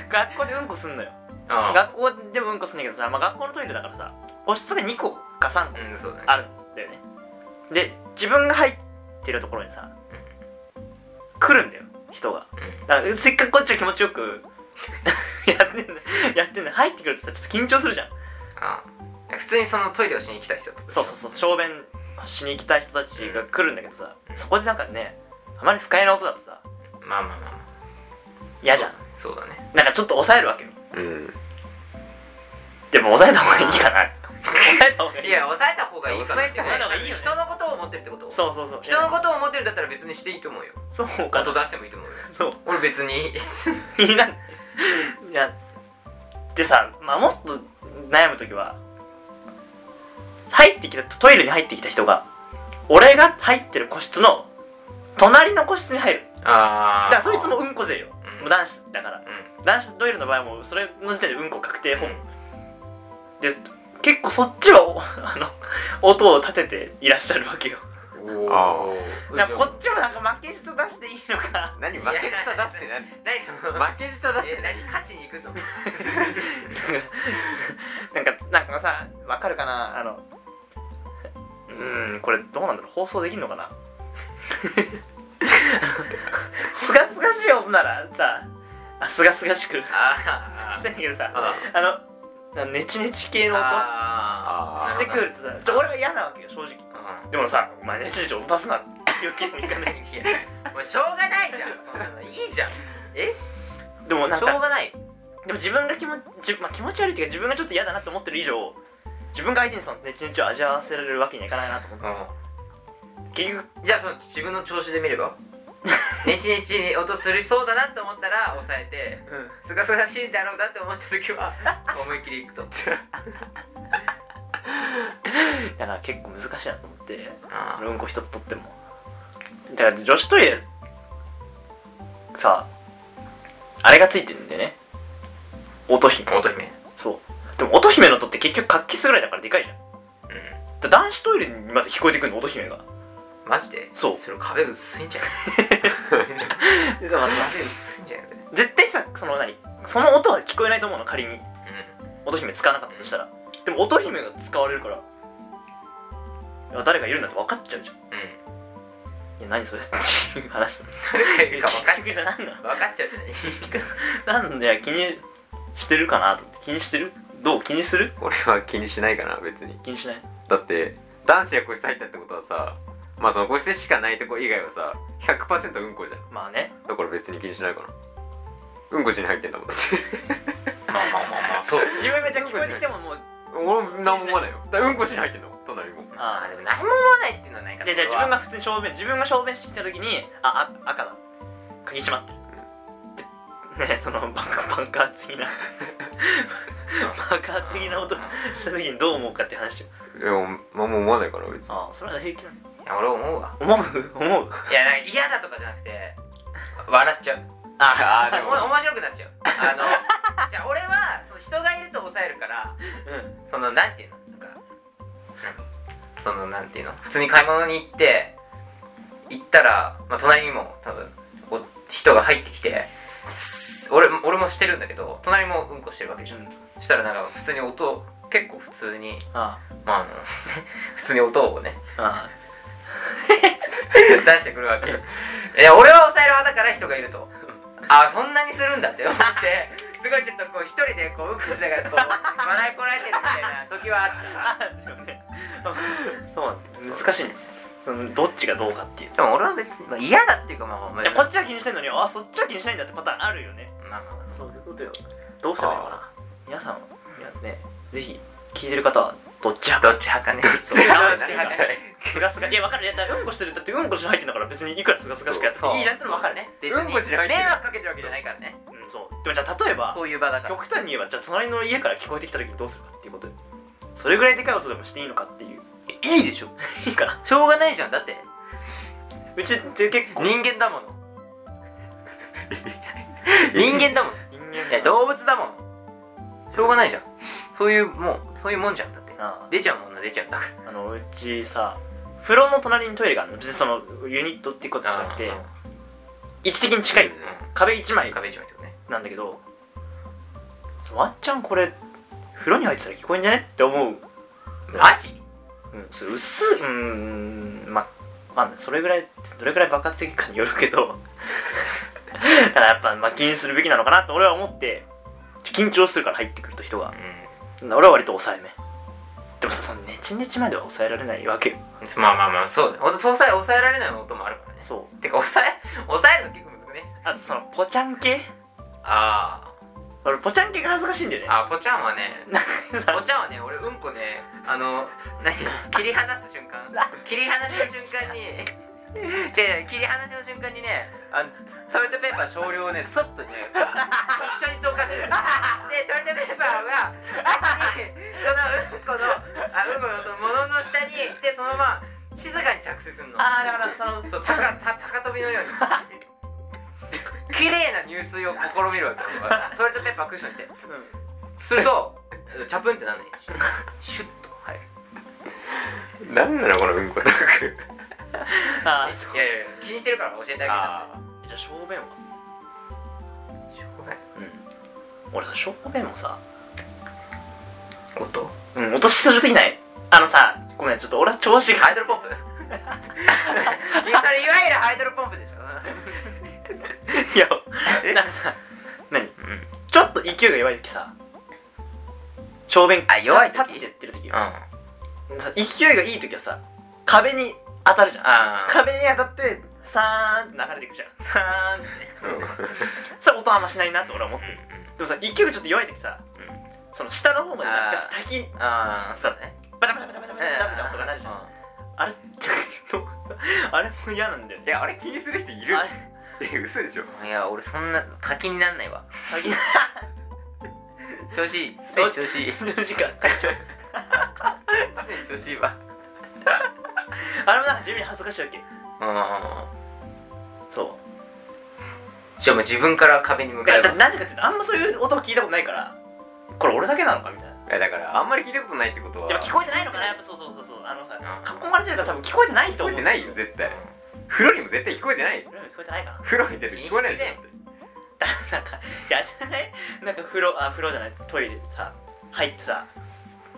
Speaker 2: 学校でうんこすんのよ
Speaker 6: あ
Speaker 2: 学校でもうんこすんだけどさ、まあ、学校のトイレだからさ個室が2個か3個
Speaker 6: あうんそうだね
Speaker 2: あるんだよねで自分が入ってるところにさ来るんだよ人が
Speaker 6: うん
Speaker 2: だからせっかくこっちは気持ちよく やってんだやってんだ入ってくるとさちょっと緊張するじゃん
Speaker 6: ああ普通にそのトイレをしに来た人ってこと
Speaker 2: そうそうそう小便しに来た人たちが来るんだけどさそこでなんかねあまり不快な音だとさ
Speaker 6: まあまあまあまあ
Speaker 2: 嫌じゃん
Speaker 6: そうだね
Speaker 2: なんかちょっと抑えるわけよ
Speaker 3: うん
Speaker 2: でも抑えた方がいいかな抑えた方 がいい
Speaker 6: いや抑えた方がいいかな
Speaker 2: 抑えた方がいいよね
Speaker 6: 人のことを思ってるってこと
Speaker 2: そうそうそう
Speaker 6: 人のことを思ってるんだったら別にしていいと思うよ
Speaker 2: そうか
Speaker 6: 音出してもいいと思うよ
Speaker 2: そう
Speaker 6: 俺別に
Speaker 2: みんな、いや、でさ、まあ、もっと悩むときは、入ってきた、トイレに入ってきた人が、俺が入ってる個室の、隣の個室に入る。
Speaker 6: あ
Speaker 2: だからそいつもうんこ勢よ。
Speaker 6: うん
Speaker 2: もう男子だから。
Speaker 6: う
Speaker 2: 男子トイレの場合も、それの時点でうんこ確定
Speaker 6: ん
Speaker 2: 本。で、結構そっちは、お あの、音を立てていらっしゃるわけよ。
Speaker 6: お
Speaker 3: あ
Speaker 6: ー
Speaker 2: だからこっちもなんか負けじと出していいのか、
Speaker 3: 何負け舌出して何
Speaker 6: 何その
Speaker 3: 負け舌出して
Speaker 6: え
Speaker 3: ない
Speaker 6: 何勝ちに 行くと思う
Speaker 2: なんか、なんかさ、わかるかなあの、うーん、これどうなんだろう放送できんのかな すがすがしい音ならさ、あ、すがすがしく
Speaker 6: あ
Speaker 2: してんだけどさ、
Speaker 6: あ
Speaker 2: あの、あのネチネチ系の音
Speaker 6: あ
Speaker 3: ー
Speaker 2: してくるとさ、ちょ俺は嫌なわけよ、正直。
Speaker 6: う
Speaker 2: でもさ、お前ネチネチ音出すなっていう気にもいかないし。
Speaker 6: んいやもうしょうがないじゃんそんなのいいじゃんえし
Speaker 2: でもなん
Speaker 6: ょう
Speaker 2: か、
Speaker 6: がない
Speaker 2: でも自分が気持ち、じまあ、気持ち悪いっていうか自分がちょっと嫌だなと思ってる以上、自分が相手にそのネチネチを味わわせられるわけにはいかないなと思って。結 局
Speaker 6: じゃあその自分の調子で見ればネチネチに音するそうだなと思ったら抑えてすがすがしいだろうなと思った時 は思いっきりいく と
Speaker 2: だから結構難しいなと思って
Speaker 6: あー
Speaker 2: そのうんこ一つ取ってもだから女子トイレさあれがついてるんでね乙姫
Speaker 6: 乙姫
Speaker 2: そうでも乙姫の音って結局活気すぐらいだからでかいじゃん
Speaker 6: うん
Speaker 2: だから男子トイレにまず聞こえてくるの乙姫が
Speaker 6: マジで
Speaker 2: そう
Speaker 6: それ壁薄いんじゃ ない
Speaker 2: だから
Speaker 6: 壁薄いんじゃない
Speaker 2: 絶対さその何その音は聞こえないと思うの仮に
Speaker 6: う
Speaker 2: 乙姫使わなかったとしたらでも乙姫が使われるからいや誰がいるんだって分かっちゃうじゃんい
Speaker 6: んうん
Speaker 2: や何それっていう話
Speaker 6: 誰がいるか分かっ
Speaker 2: 結局何なの
Speaker 6: 分かっちゃうじゃない
Speaker 2: なんで気にしてるかなと思って気にしてるどう気にする
Speaker 3: 俺は気にしないかな別に
Speaker 2: 気にしない
Speaker 3: だって男子が個室入ったってことはさまあその個室しかないとこ以外はさ100%うんこじゃん
Speaker 2: まあね
Speaker 3: だから別に気にしないかなうんこしに入ってんだもんだって
Speaker 6: まあまあまあまあそう
Speaker 2: 自分がじゃあ聞こえてきてももう
Speaker 3: 俺も何も思わないよだからうんこしに入ってんだもん隣も
Speaker 6: あ
Speaker 2: あ
Speaker 6: ーでも何も思わないっていうのはないか
Speaker 2: あ
Speaker 6: な
Speaker 2: でじゃあ自分が普通に正面自分が正面してきた時にああ赤だ鍵閉まってるでねそのバンカバンカー的なバンカー的な音した時にどう思うかっていう話よ
Speaker 3: いや何も思わないから別に
Speaker 2: ああそれは平気なの
Speaker 6: いや俺思うわ
Speaker 2: 思う思う
Speaker 6: いやなんか嫌だとかじゃなくて笑っちゃう
Speaker 3: あ
Speaker 6: おも面白くなっちゃうあのじゃあ俺はその人がいると抑えるから
Speaker 2: うん
Speaker 6: そのなんていうのなんか何そのなんていうの普通に買い物に行って行ったら、まあ、隣にも多分お人が入ってきてス俺も俺もしてるんだけど隣もうんこしてるわけじゃんそしたらなんか普通に音結構普通に
Speaker 2: あ
Speaker 6: まああの 普通に音をね
Speaker 2: ああ
Speaker 6: 出してくるわけいや俺は抑える派だから人がいるとあそんなにするんだって思ってすごいちょっとこう一人でこううんこしながらこう笑いこらえてるみたいな時はあった
Speaker 2: あでもねそうなんだ難しいんですそのどっちがどうかっていう
Speaker 6: でも俺は別に、まあ、嫌だっていうかまあまあ
Speaker 2: じゃあこっちは気にしてんのにあそっちは気にしないんだってパターンあるよね
Speaker 6: まあまあ
Speaker 2: そういうことよどうしたらいいのかな皆さんいやねぜひ聞いてる方はどっち
Speaker 6: ど
Speaker 2: 派
Speaker 6: っち派か ね
Speaker 2: そう
Speaker 6: どっち派か
Speaker 2: すがすがいや分かるいやだからうんこしてるだってうんこしに入ってんだから別にいくらすがすがしくやって
Speaker 6: そう
Speaker 2: いいじゃんっての分かるね
Speaker 6: 別に
Speaker 3: うんこしない
Speaker 6: 迷惑かけてるわけじゃないからね
Speaker 2: うんそうでもじゃあ例えば
Speaker 6: そういう場だから
Speaker 2: 極端に言えばじゃあ隣の家から聞こえてきた時にどうするかっていうことよそれぐらいでかい音でもしていいのかっていう
Speaker 6: いいでしょ
Speaker 2: いいかな
Speaker 6: しょうがないじゃんだって
Speaker 2: うちって結構
Speaker 6: 人間だ もの人間だもの
Speaker 2: 人間
Speaker 6: いや動物だもんしょうがないじゃんそういうもうそういうもんじゃんだって
Speaker 2: なあ
Speaker 6: 出ちゃうもんな出ちゃったから
Speaker 2: あのうちさ風呂の隣にトイレがあるの別にそのユニットっていうことじゃなくて位置的に近い、
Speaker 3: うん
Speaker 2: 壁1枚
Speaker 6: 壁一枚ってことね
Speaker 2: なんだけどワンチャンこれ風呂に入ってたら聞こえんじゃねって思う、
Speaker 6: マジ
Speaker 2: うん、それ薄いうんままあそれぐらいどれぐらい爆発的かによるけどただからやっぱ、まあ、気にするべきなのかなと俺は思って緊張するから入ってくると人が俺は割と抑えめでもさそのネチネチまでは抑えられないわけよ
Speaker 6: うんまあまあまあそうだほんと総裁抑えられない音もあるからね
Speaker 2: そう
Speaker 6: てか抑え抑えるの結構難くね
Speaker 2: あとそのポチャン系
Speaker 6: あ
Speaker 2: 俺ポチャン系が恥ずかしいんだよね
Speaker 6: ーあーポチャンはね
Speaker 2: なんかさ
Speaker 6: お茶はね俺うんこねあの何切り離す瞬間切り離しの瞬間に違う違う切り離しの瞬間にねあのトイレットペーパー少量をねスッとね一緒に溶かすでトイレットペーパーが先にそのうんこのあうんこのそのものの下にでそのまま静かに着水するの
Speaker 2: あーだからその
Speaker 6: そう高た高飛び のように綺麗な入水を試みるわけよトイレットペーパークッションにしてすると、チャプンってなんないシュッと入る。
Speaker 3: なんなのこのうんこトーク
Speaker 2: あーそう
Speaker 6: いやいやいや、気にしてるから教えてあ
Speaker 2: あーじゃあ小便は
Speaker 6: げて。しょうがない。
Speaker 2: うん俺さ小便もさ
Speaker 6: こと
Speaker 2: うん落としする時ないあのさごめんちょっと俺は調子が
Speaker 6: ハイドルポンプいやそれいわゆるハイドルポンプでしょ。
Speaker 2: いやなんかさ何
Speaker 6: う
Speaker 2: ちょっと勢いが弱い時さ小便
Speaker 6: あ弱い
Speaker 2: 立
Speaker 6: 時
Speaker 2: ってやってる時
Speaker 6: ん。あ
Speaker 2: さ勢いがいい時はさ壁に当たるじゃん
Speaker 6: あー。
Speaker 2: 壁に当たってさーんって流れていくじゃん
Speaker 6: さーんってね。
Speaker 2: それ音あんましないなって俺は思ってる、
Speaker 6: う
Speaker 2: でもさ勢いがちょっと弱い時さ
Speaker 6: んうん
Speaker 2: その下の方までなんかさ
Speaker 6: あー
Speaker 2: 滝
Speaker 6: ああ、そうだね。
Speaker 2: バタバタバタバタバタバタみたいな音が鳴るじゃん
Speaker 6: うん
Speaker 2: あれ ってどうあれも嫌なんだよね
Speaker 3: いやあれ気にする人いる
Speaker 2: あれ
Speaker 3: え嘘でしょ
Speaker 6: いや、俺そんな課金になんないわ。
Speaker 2: 滝
Speaker 6: 調子いい。スペイン
Speaker 2: 調
Speaker 6: 調子いい。スペイン
Speaker 2: 子が会長
Speaker 6: 調子いいわ。
Speaker 2: あれもなんか地味に恥ずかしいわけ
Speaker 6: うん。
Speaker 2: そ
Speaker 6: じゃあもう自分から壁に向
Speaker 2: う
Speaker 6: か
Speaker 2: だ
Speaker 6: え
Speaker 2: か
Speaker 6: ば
Speaker 2: ら。なぜかっていうとあんまそういう音を聞いたことないからこれ俺だけなのかみたいない
Speaker 3: やだからあんまり聞いたことないってことは
Speaker 2: でも聞こえてないのかなやっぱそうそうそうそうあのさ
Speaker 6: う
Speaker 2: 囲まれてるから多分聞こえてないと
Speaker 3: 聞こ
Speaker 2: 思
Speaker 3: え
Speaker 2: う
Speaker 3: てないよ絶対風呂にも絶対聞こえてないよ
Speaker 2: うん聞こえてないかな
Speaker 3: 風呂に出て聞こえないでしょ
Speaker 2: だ なんかいやじゃないなんか風呂あ風呂じゃないトイレさ入ってさ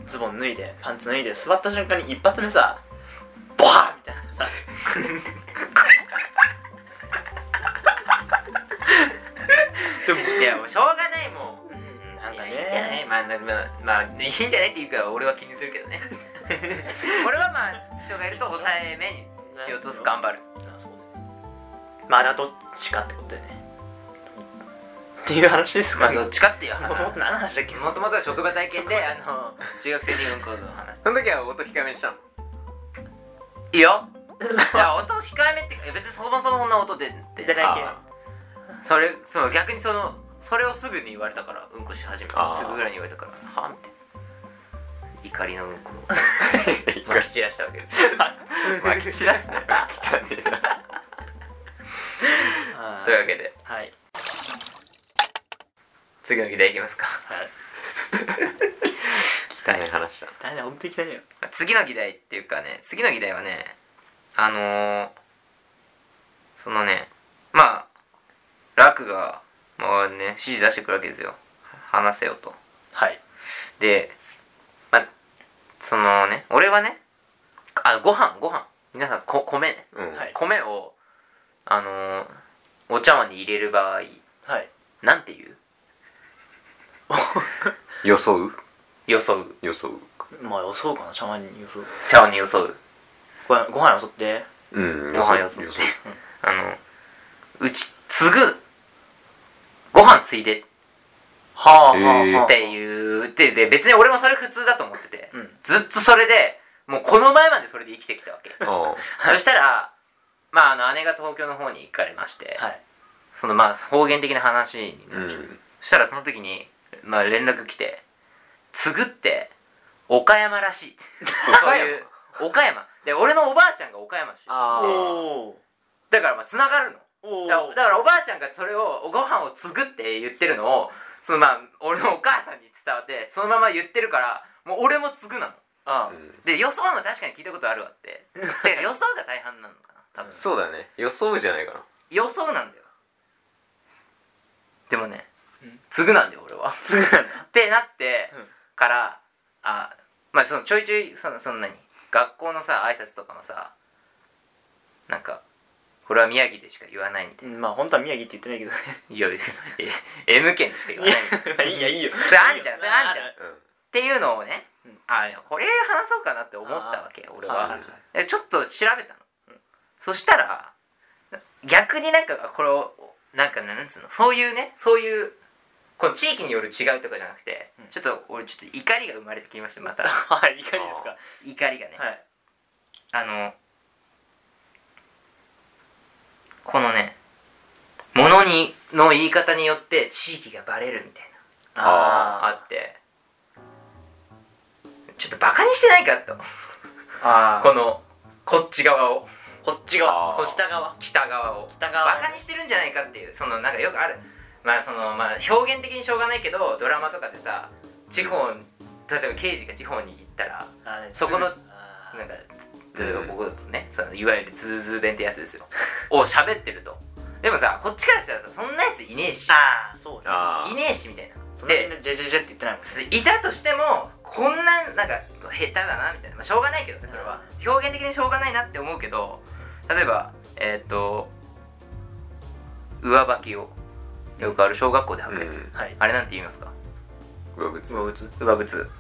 Speaker 2: ズボン脱いでパンツ脱いで座った瞬間に一発目さボハーみたいな さでも
Speaker 6: いやもうしょうがないもん
Speaker 2: うん
Speaker 6: な
Speaker 2: なんん
Speaker 6: か
Speaker 2: か
Speaker 6: ね
Speaker 2: ね
Speaker 6: いいんじゃないまあ、なまあ、まあね、いいんじゃないっていうか俺は気にするけど ね俺はまあ人がいると抑えめにしようとす頑張る
Speaker 2: あそうだねまあだどっちかってことだよねっていう話です
Speaker 6: ま
Speaker 2: か
Speaker 6: あ
Speaker 2: ね
Speaker 6: どっちかっていう
Speaker 2: も
Speaker 6: 話
Speaker 2: ともと何の話だっけ
Speaker 6: もともとは職場体験で あの中学生にうんこの話
Speaker 3: その時は音控えめに したの
Speaker 6: いいよ いや音控えめっていや別にそもそもそんな音出て
Speaker 2: 出ないけ
Speaker 6: あーそれそう逆にそのそれをすぐに言われたからうんこし始めた
Speaker 3: あー
Speaker 6: すぐぐらいに言われたからはみたいな 怒りのうんこをま
Speaker 3: ま
Speaker 6: き散らしたわけです
Speaker 3: あまき散らすなよ汚ねえな
Speaker 2: あー
Speaker 6: というわけで
Speaker 2: はい
Speaker 6: 次の議題いきますか
Speaker 2: はい
Speaker 3: 汚い話だ
Speaker 2: 大変本当に汚いよ
Speaker 6: 次の議題っていうかね次の議題はねあのー、そのねまあラクがもうね指示出してくるわけですよ話せよと
Speaker 2: はい
Speaker 6: でまあそのね俺はねあご飯ご飯皆さんこ米ね
Speaker 3: うん
Speaker 2: はい
Speaker 6: 米をあのー、お茶碗に入れる場合
Speaker 2: はい
Speaker 6: なんて言う
Speaker 3: 予想
Speaker 6: よそう
Speaker 3: 予想
Speaker 2: まあ予想かな茶碗に予想
Speaker 6: 茶碗によそう
Speaker 2: ご飯ご飯よそって
Speaker 3: うん
Speaker 6: ご飯よそ
Speaker 3: 予想
Speaker 6: あのうち継ぐご飯ついで
Speaker 2: はあはあ
Speaker 3: へえ
Speaker 2: はあ
Speaker 6: っていうでで別に俺もそれ普通だと思ってて
Speaker 2: うん
Speaker 6: ずっとそれでもうこの前までそれで生きてきたわけ
Speaker 3: あ
Speaker 6: そしたらまああの姉が東京の方に行かれまして、
Speaker 2: はい
Speaker 6: そのまあ方言的な話に
Speaker 3: あうん
Speaker 6: そしたらその時に、まあ、連絡来て「継ぐって岡山らしい」そういう岡山で俺のおばあちゃんが岡山出
Speaker 3: あー
Speaker 6: 身だからまあつながるの
Speaker 2: お
Speaker 6: だからだからおばあちゃんがそれをご飯を継ぐって言ってるのをそのまあ俺のお母さんに伝わってそのまま言ってるからもう俺も継ぐなのあ
Speaker 3: うん
Speaker 6: で予想も確かに聞いたことあるわってで予想が大半なのかな多分
Speaker 3: そうだね予想じゃないかな
Speaker 6: 予想なんだよでもね
Speaker 2: うん
Speaker 6: 継ぐなんだよ俺は
Speaker 2: すぐなんだ
Speaker 6: ってなって
Speaker 2: うん
Speaker 6: からあまあそのちょいちょいそのそんなに学校のさ挨拶とかもさなんかこれは宮城でしか言わないみ たい
Speaker 2: うんまあ本当は宮城って言ってないけど
Speaker 6: ないや M 県でしか言わないみた
Speaker 2: ね
Speaker 6: い
Speaker 2: いいやいいよ
Speaker 6: それあんじゃんそれあんじゃん
Speaker 2: う
Speaker 6: っていうのをね、
Speaker 2: うん
Speaker 6: あいやこれ話そうかなって思ったわけ俺
Speaker 2: はいは
Speaker 6: はいでちょっと調べたの、そしたら逆になんかこれをなんかなんつうのそういうねそういうこの地域による違いとかじゃなくて、
Speaker 2: うん
Speaker 6: ちょっと俺ちょっと怒りが生まれてきましたまた
Speaker 2: はいいかにですか
Speaker 6: 怒りがね、
Speaker 2: はい
Speaker 6: あのこのねものにの言い方によって地域がバレるみたいな
Speaker 3: あ
Speaker 6: あってちょっとバカにしてないかと
Speaker 2: あ
Speaker 6: このこっち側を
Speaker 2: こっち
Speaker 3: あ
Speaker 2: 側
Speaker 3: ー
Speaker 2: こっち下側
Speaker 6: 北側を
Speaker 2: 北側
Speaker 6: バカにしてるんじゃないかっていうそのなんかよくあるまあそのまあ表現的にしょうがないけどドラマとかでさ地方例えば刑事が地方に行ったら
Speaker 2: あー
Speaker 6: そこの
Speaker 2: すぐあー
Speaker 6: なんか例えば僕だとねそのいわゆるズーズー弁ってやつで すよを喋ってるとでもさこっちからしたらさそんなやついねえし
Speaker 2: あーそうだ
Speaker 3: あ
Speaker 6: い
Speaker 3: ー
Speaker 6: ねえしみたいな
Speaker 2: その辺でジェジェジェって言ってないもんね
Speaker 6: いたとしてもこんななんか下手だなみたいな、まあ、しょうがないけどねそれは表現的にしょうがないなって思うけど例えばえーっ、と上履きをよくある小学校で履くやつ、
Speaker 3: うん
Speaker 2: はい
Speaker 6: あれなんて言いますか
Speaker 3: 上靴
Speaker 2: 上靴
Speaker 6: 上靴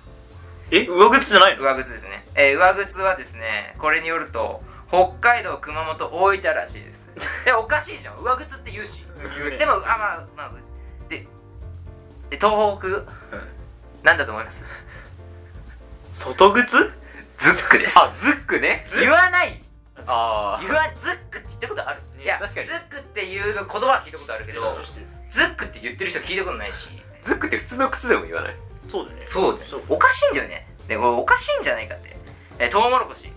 Speaker 2: え上靴じゃないの
Speaker 6: 上靴ですね、えー上靴はですねこれによると北海道熊本大分らしいですえおかしいじゃん上靴って言うしでもあまあまあでで東北なんだと思います
Speaker 2: 外靴
Speaker 6: ズックです
Speaker 3: あズックね
Speaker 6: 言わない
Speaker 3: あ
Speaker 6: 言わズックって言ったことある
Speaker 2: ね
Speaker 6: いや
Speaker 2: 確かに
Speaker 6: ズックっていう言葉は聞いたことあるけど
Speaker 2: そうしてる
Speaker 6: ズックって言ってる人聞いたことないし
Speaker 3: ズックって普通の靴でも言わない
Speaker 2: そうだよね
Speaker 6: そうだよ
Speaker 2: そう
Speaker 6: おかしいんだよねでこれおかしいんじゃないかってえトウモロコシ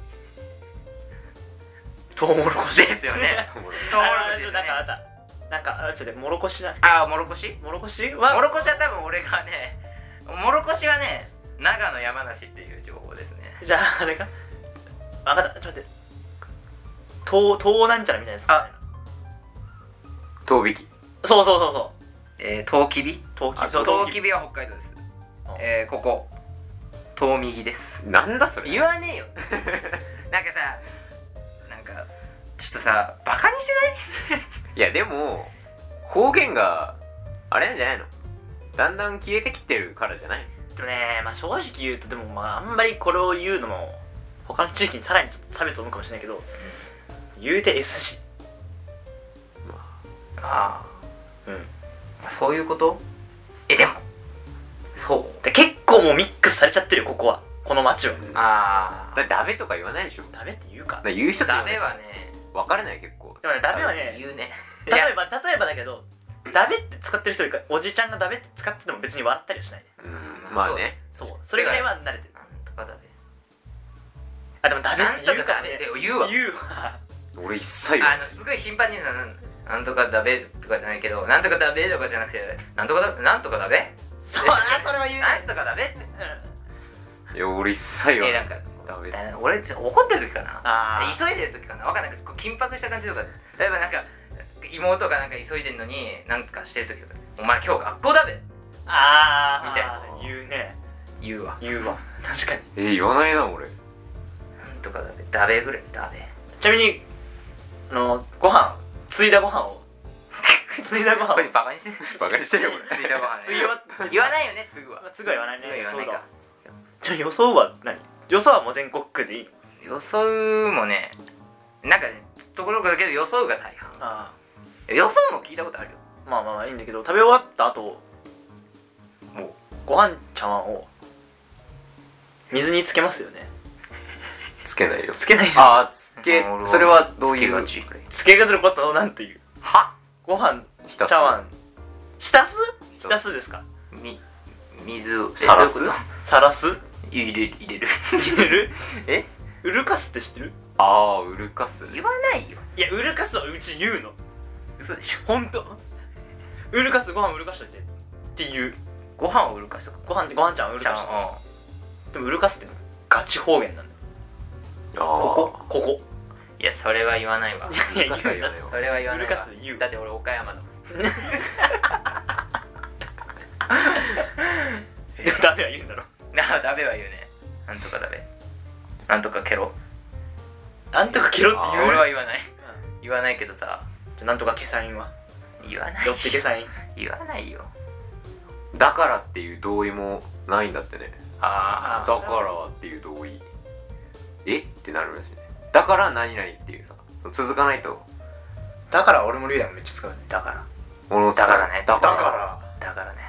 Speaker 2: トウモロコシ
Speaker 6: ですよ ね
Speaker 3: トウモロコ
Speaker 6: トウモロコシ
Speaker 2: あ
Speaker 6: で
Speaker 2: ちょっ
Speaker 6: す
Speaker 2: となんかあっ
Speaker 6: ね
Speaker 2: たなんかあちょっとねもろこしだ
Speaker 6: あーモロコシ
Speaker 2: もろこしは
Speaker 6: モロコシは多分俺がねモロコシはね長野山梨っていう情報ですね
Speaker 2: じゃああれかわかったちょっと待ってとうとうなんちゃらみたいなやつ
Speaker 6: あ
Speaker 3: 遠引き
Speaker 2: そうそうそうそう
Speaker 6: えートウキビ
Speaker 2: とうき
Speaker 3: あ
Speaker 2: そう
Speaker 6: ト
Speaker 2: と
Speaker 6: ウ
Speaker 2: う
Speaker 6: キ
Speaker 2: き
Speaker 6: ビは北海道です
Speaker 2: あ
Speaker 6: えーここトウ右です
Speaker 3: なんだそれ
Speaker 6: 言わねえよ なんかさなんかちょっとさバカにしてない
Speaker 3: いやでも方言があれなんじゃないのだんだん消えてきてるからじゃない
Speaker 2: でもねまあ正直言うとでもまああんまりこれを言うのも他の地域にさらにちょっと差別を生むかもしれないけど言うて S
Speaker 6: あ
Speaker 2: 字うん
Speaker 6: あそういうことえでもそう
Speaker 2: で結構もうミックスされちゃってるよここはこの街は
Speaker 6: あ
Speaker 3: だってダメとか言わないでしょだか
Speaker 2: ダメって言うから
Speaker 3: 言う人って
Speaker 6: ダメはね
Speaker 3: 分からない結構
Speaker 2: でもねダメはね
Speaker 6: 言うね
Speaker 2: 例えば例えばだけどダメって使ってる人いるからおじちゃんがダメって使ってても別に笑ったりはしないね
Speaker 3: うんまあね
Speaker 2: そうそれぐらいは慣れてる
Speaker 6: なんとかダメ
Speaker 2: あでもダメ
Speaker 6: なん
Speaker 2: って
Speaker 6: と
Speaker 2: 言うか
Speaker 6: からダ
Speaker 2: ね
Speaker 6: メって言うわ
Speaker 2: 言うわ
Speaker 3: 俺一切言わな
Speaker 6: あ
Speaker 3: い
Speaker 6: のすごい頻繁に言うのはなんなんとかダメとかじゃないけどなんとかダメとかじゃなくてなんとかだなんとかダメ
Speaker 2: そうあそれは言うね
Speaker 6: なんとかダメって
Speaker 3: いや俺一切言わ
Speaker 6: え
Speaker 3: な
Speaker 6: なん
Speaker 3: い
Speaker 6: か
Speaker 3: ダメ
Speaker 6: えー俺ちょ怒ってる時かな
Speaker 2: あー
Speaker 6: 急いでる時かな分かんないこう緊迫した感じとか例えばなんか妹がなんか急いでんのになんかしてる時とか「お前今日学校だべ!
Speaker 2: あー
Speaker 6: みたいな
Speaker 2: 言うね」
Speaker 6: 言うわ
Speaker 2: 言うわ確かに
Speaker 3: え言わないな俺
Speaker 6: なんとかだべだべぐらいだべ
Speaker 2: ちなみにあのご飯ついだご飯 をついだご
Speaker 6: やっぱ
Speaker 2: 飯
Speaker 6: り
Speaker 2: を
Speaker 6: バカに してる
Speaker 3: バカにしてるよ
Speaker 6: ついだご飯ね
Speaker 2: 次 は
Speaker 6: 言わないよね次は
Speaker 2: まあつぐは言わないね
Speaker 6: 次は言
Speaker 2: そうだ
Speaker 6: わないか
Speaker 2: じゃあ予想は何予想はもう全国区でいい
Speaker 6: 予想もねなんかねところがけど予想が大半
Speaker 2: あ
Speaker 6: 予想も聞いたことあるよ
Speaker 2: あまあまあまあいいんだけど食べ終わった後
Speaker 6: もう
Speaker 2: ご飯茶碗を水につけますよね
Speaker 3: つけないよ
Speaker 2: つけないです
Speaker 3: あーつけ
Speaker 6: 俺
Speaker 3: それはどういう
Speaker 6: つけがち
Speaker 2: つけがすることをなんという
Speaker 6: は
Speaker 2: ご飯
Speaker 3: ひたすら
Speaker 2: 茶碗浸す
Speaker 3: 浸す
Speaker 2: 浸すですか
Speaker 6: み水を
Speaker 3: さらす
Speaker 6: えどういうこ
Speaker 2: さらす
Speaker 6: と入れる入れ る
Speaker 2: 入れる
Speaker 6: え
Speaker 2: ウルカスって知ってる
Speaker 3: ああウルカス
Speaker 6: 言わないよ
Speaker 2: いやウルカスはうち言うの
Speaker 6: 嘘でしょ
Speaker 2: 本当ウルカスご飯ウルカスといてっていう
Speaker 6: ご飯を売るかしとか
Speaker 2: ご飯ご飯ちゃんウル
Speaker 6: ちゃ
Speaker 2: カス
Speaker 6: ん
Speaker 2: とでもウルカスってガチ方言なんだよ
Speaker 3: あー
Speaker 2: ここ ここ
Speaker 6: いやそれは言 わないわ
Speaker 2: いや
Speaker 3: ウルカスは言わないわ
Speaker 6: それは言わな
Speaker 2: ウル
Speaker 6: いわ
Speaker 2: カス言う
Speaker 6: だって俺岡山だもん
Speaker 2: でもダメは言うんだろ
Speaker 6: な あダメは言うねなんとかダメなんとかケロ
Speaker 2: なんとかケロって
Speaker 3: あ
Speaker 2: 言う
Speaker 6: 俺は言わない
Speaker 2: うん
Speaker 6: 言わないけどさ
Speaker 2: じゃあなんとかケサインは
Speaker 6: 言わない
Speaker 2: 寄ってケサイン
Speaker 6: 言わないよ
Speaker 3: だからっていう同意もないんだってね
Speaker 6: あ
Speaker 3: だ
Speaker 2: あ
Speaker 3: からはっていう同意えってなるらしいねだから何々っていうさ続かないと
Speaker 2: だから俺もリュウダイもめっちゃ使うね
Speaker 6: あだから
Speaker 3: 俺も使う
Speaker 6: だからね
Speaker 3: だ
Speaker 2: だ
Speaker 3: から
Speaker 2: から
Speaker 6: だからね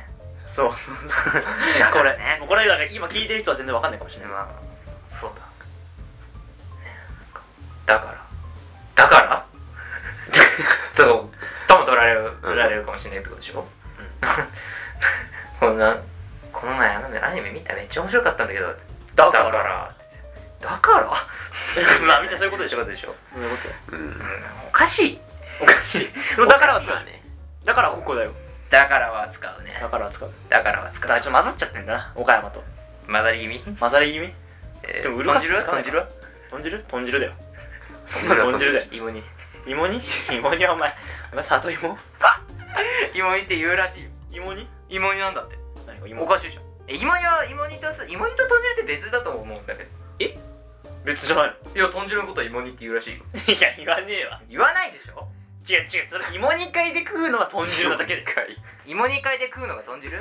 Speaker 2: そうそうそう
Speaker 6: だ
Speaker 2: こ
Speaker 6: から
Speaker 2: れ
Speaker 6: ね
Speaker 2: もうこれだから今聞いてる人は全然わかんないかもしれない
Speaker 6: まあそうだねなんかだからだから そうとも取られる取られるかもしれないってことでしょ、 こんなこの前あのねアニメ見ためっちゃ面白かったんだけど
Speaker 2: だから
Speaker 6: だからだから
Speaker 2: まあみんなそういうことでしょ
Speaker 6: そういうことでしょ、
Speaker 2: そういうこ
Speaker 3: う
Speaker 2: とよ
Speaker 3: ん
Speaker 6: うん、おかしい
Speaker 2: おかしいでもだからは使
Speaker 6: お
Speaker 2: う
Speaker 6: しいね
Speaker 2: だからここだよ
Speaker 6: だからは使うね
Speaker 2: だからは使う
Speaker 6: だからは
Speaker 2: だ
Speaker 6: 使
Speaker 2: から
Speaker 6: う
Speaker 2: ちょっと混ざっちゃってんだな岡山と
Speaker 6: 混ざり気味、
Speaker 2: 混ざり気味
Speaker 6: えー
Speaker 2: でもうる
Speaker 6: 豚
Speaker 2: かす
Speaker 6: 汁は
Speaker 2: 豚
Speaker 6: 豚
Speaker 2: 汁
Speaker 6: 汁
Speaker 2: は
Speaker 6: は
Speaker 2: 豚汁豚汁だよそんな豚汁だよ
Speaker 6: 芋煮
Speaker 2: 芋煮芋煮はお前お前里芋
Speaker 6: 芋煮って言うらしいよ
Speaker 2: 芋煮
Speaker 6: 芋煮なんだって
Speaker 2: 何か
Speaker 6: お
Speaker 2: 芋
Speaker 6: かしいじゃんえ芋煮は芋煮とさ芋煮と豚汁って別だと思うんだけど
Speaker 2: 別じゃないの
Speaker 6: いや豚汁のことは芋煮って言うらしいよ
Speaker 2: いや言わねえわ
Speaker 6: 言わないでしょ
Speaker 2: 違う違うそれ芋煮会で食うのは豚汁なだ けで
Speaker 6: 芋煮会で食うのが豚汁芋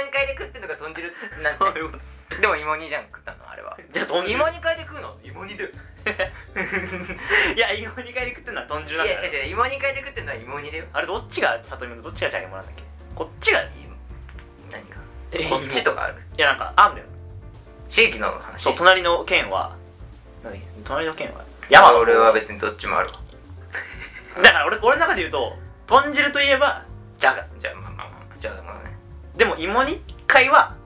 Speaker 6: 煮会で食ってんのが豚汁なん
Speaker 2: そういうこと
Speaker 6: てでも芋煮じゃん食ったのあれは
Speaker 2: じゃあ豚汁
Speaker 6: 芋煮会で食うの芋煮 だよ
Speaker 2: いや芋煮会で食ってんのは豚
Speaker 6: い
Speaker 2: 汁
Speaker 6: や
Speaker 2: なんだ
Speaker 6: 違う違う芋煮会で食ってんのは芋煮だよ
Speaker 2: あれどっちが里芋でどっちがじゃがいもなんだっけこっちがい
Speaker 6: 何が
Speaker 2: え
Speaker 6: こっちとかある
Speaker 2: やなんかあんだよ
Speaker 6: 地域の話
Speaker 2: そう隣の県はなんだっけ隣の県は
Speaker 6: 山
Speaker 2: 山の
Speaker 6: 俺は別にどっちもあるわ
Speaker 2: だから俺俺の中で言うと豚汁といえばじゃが
Speaker 6: じゃあまあまあまあじゃあまあね
Speaker 2: でも芋煮会は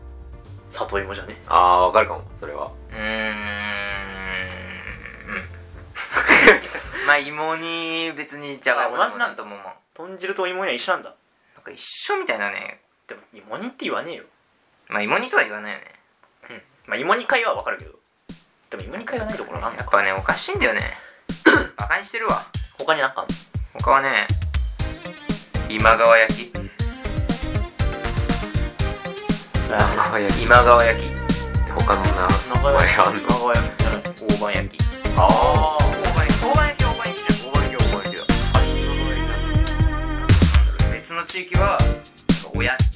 Speaker 2: 里芋じゃね
Speaker 3: ああわかるかもそれは
Speaker 6: うーんうん まあ芋に別にじゃがいも
Speaker 2: あ同じなんだ
Speaker 6: と思うもん
Speaker 2: 豚汁と芋煮は一緒なんだ
Speaker 6: なんか一緒みたいなね
Speaker 2: でも芋煮って言わねえよ
Speaker 6: まあ芋煮とは言わないよね
Speaker 2: うんまあ芋煮会はわかるけどでも芋煮会はないところなん
Speaker 6: や
Speaker 2: だ
Speaker 6: っぱねおかしいんだよねバカにしてるわ
Speaker 2: 他になんかあんの
Speaker 6: 他はね今川焼き
Speaker 3: 今
Speaker 2: 啊
Speaker 3: 川焼き
Speaker 6: 今川焼き
Speaker 3: 他のな
Speaker 2: 長
Speaker 3: お前
Speaker 2: 屋
Speaker 3: あんの
Speaker 2: 長屋みたいな
Speaker 6: 大判焼き
Speaker 2: あ
Speaker 6: 大判焼き大判焼き大判焼きじゃん大判焼き大判焼きだあ今川焼きだ別の地域はおやき
Speaker 2: 啊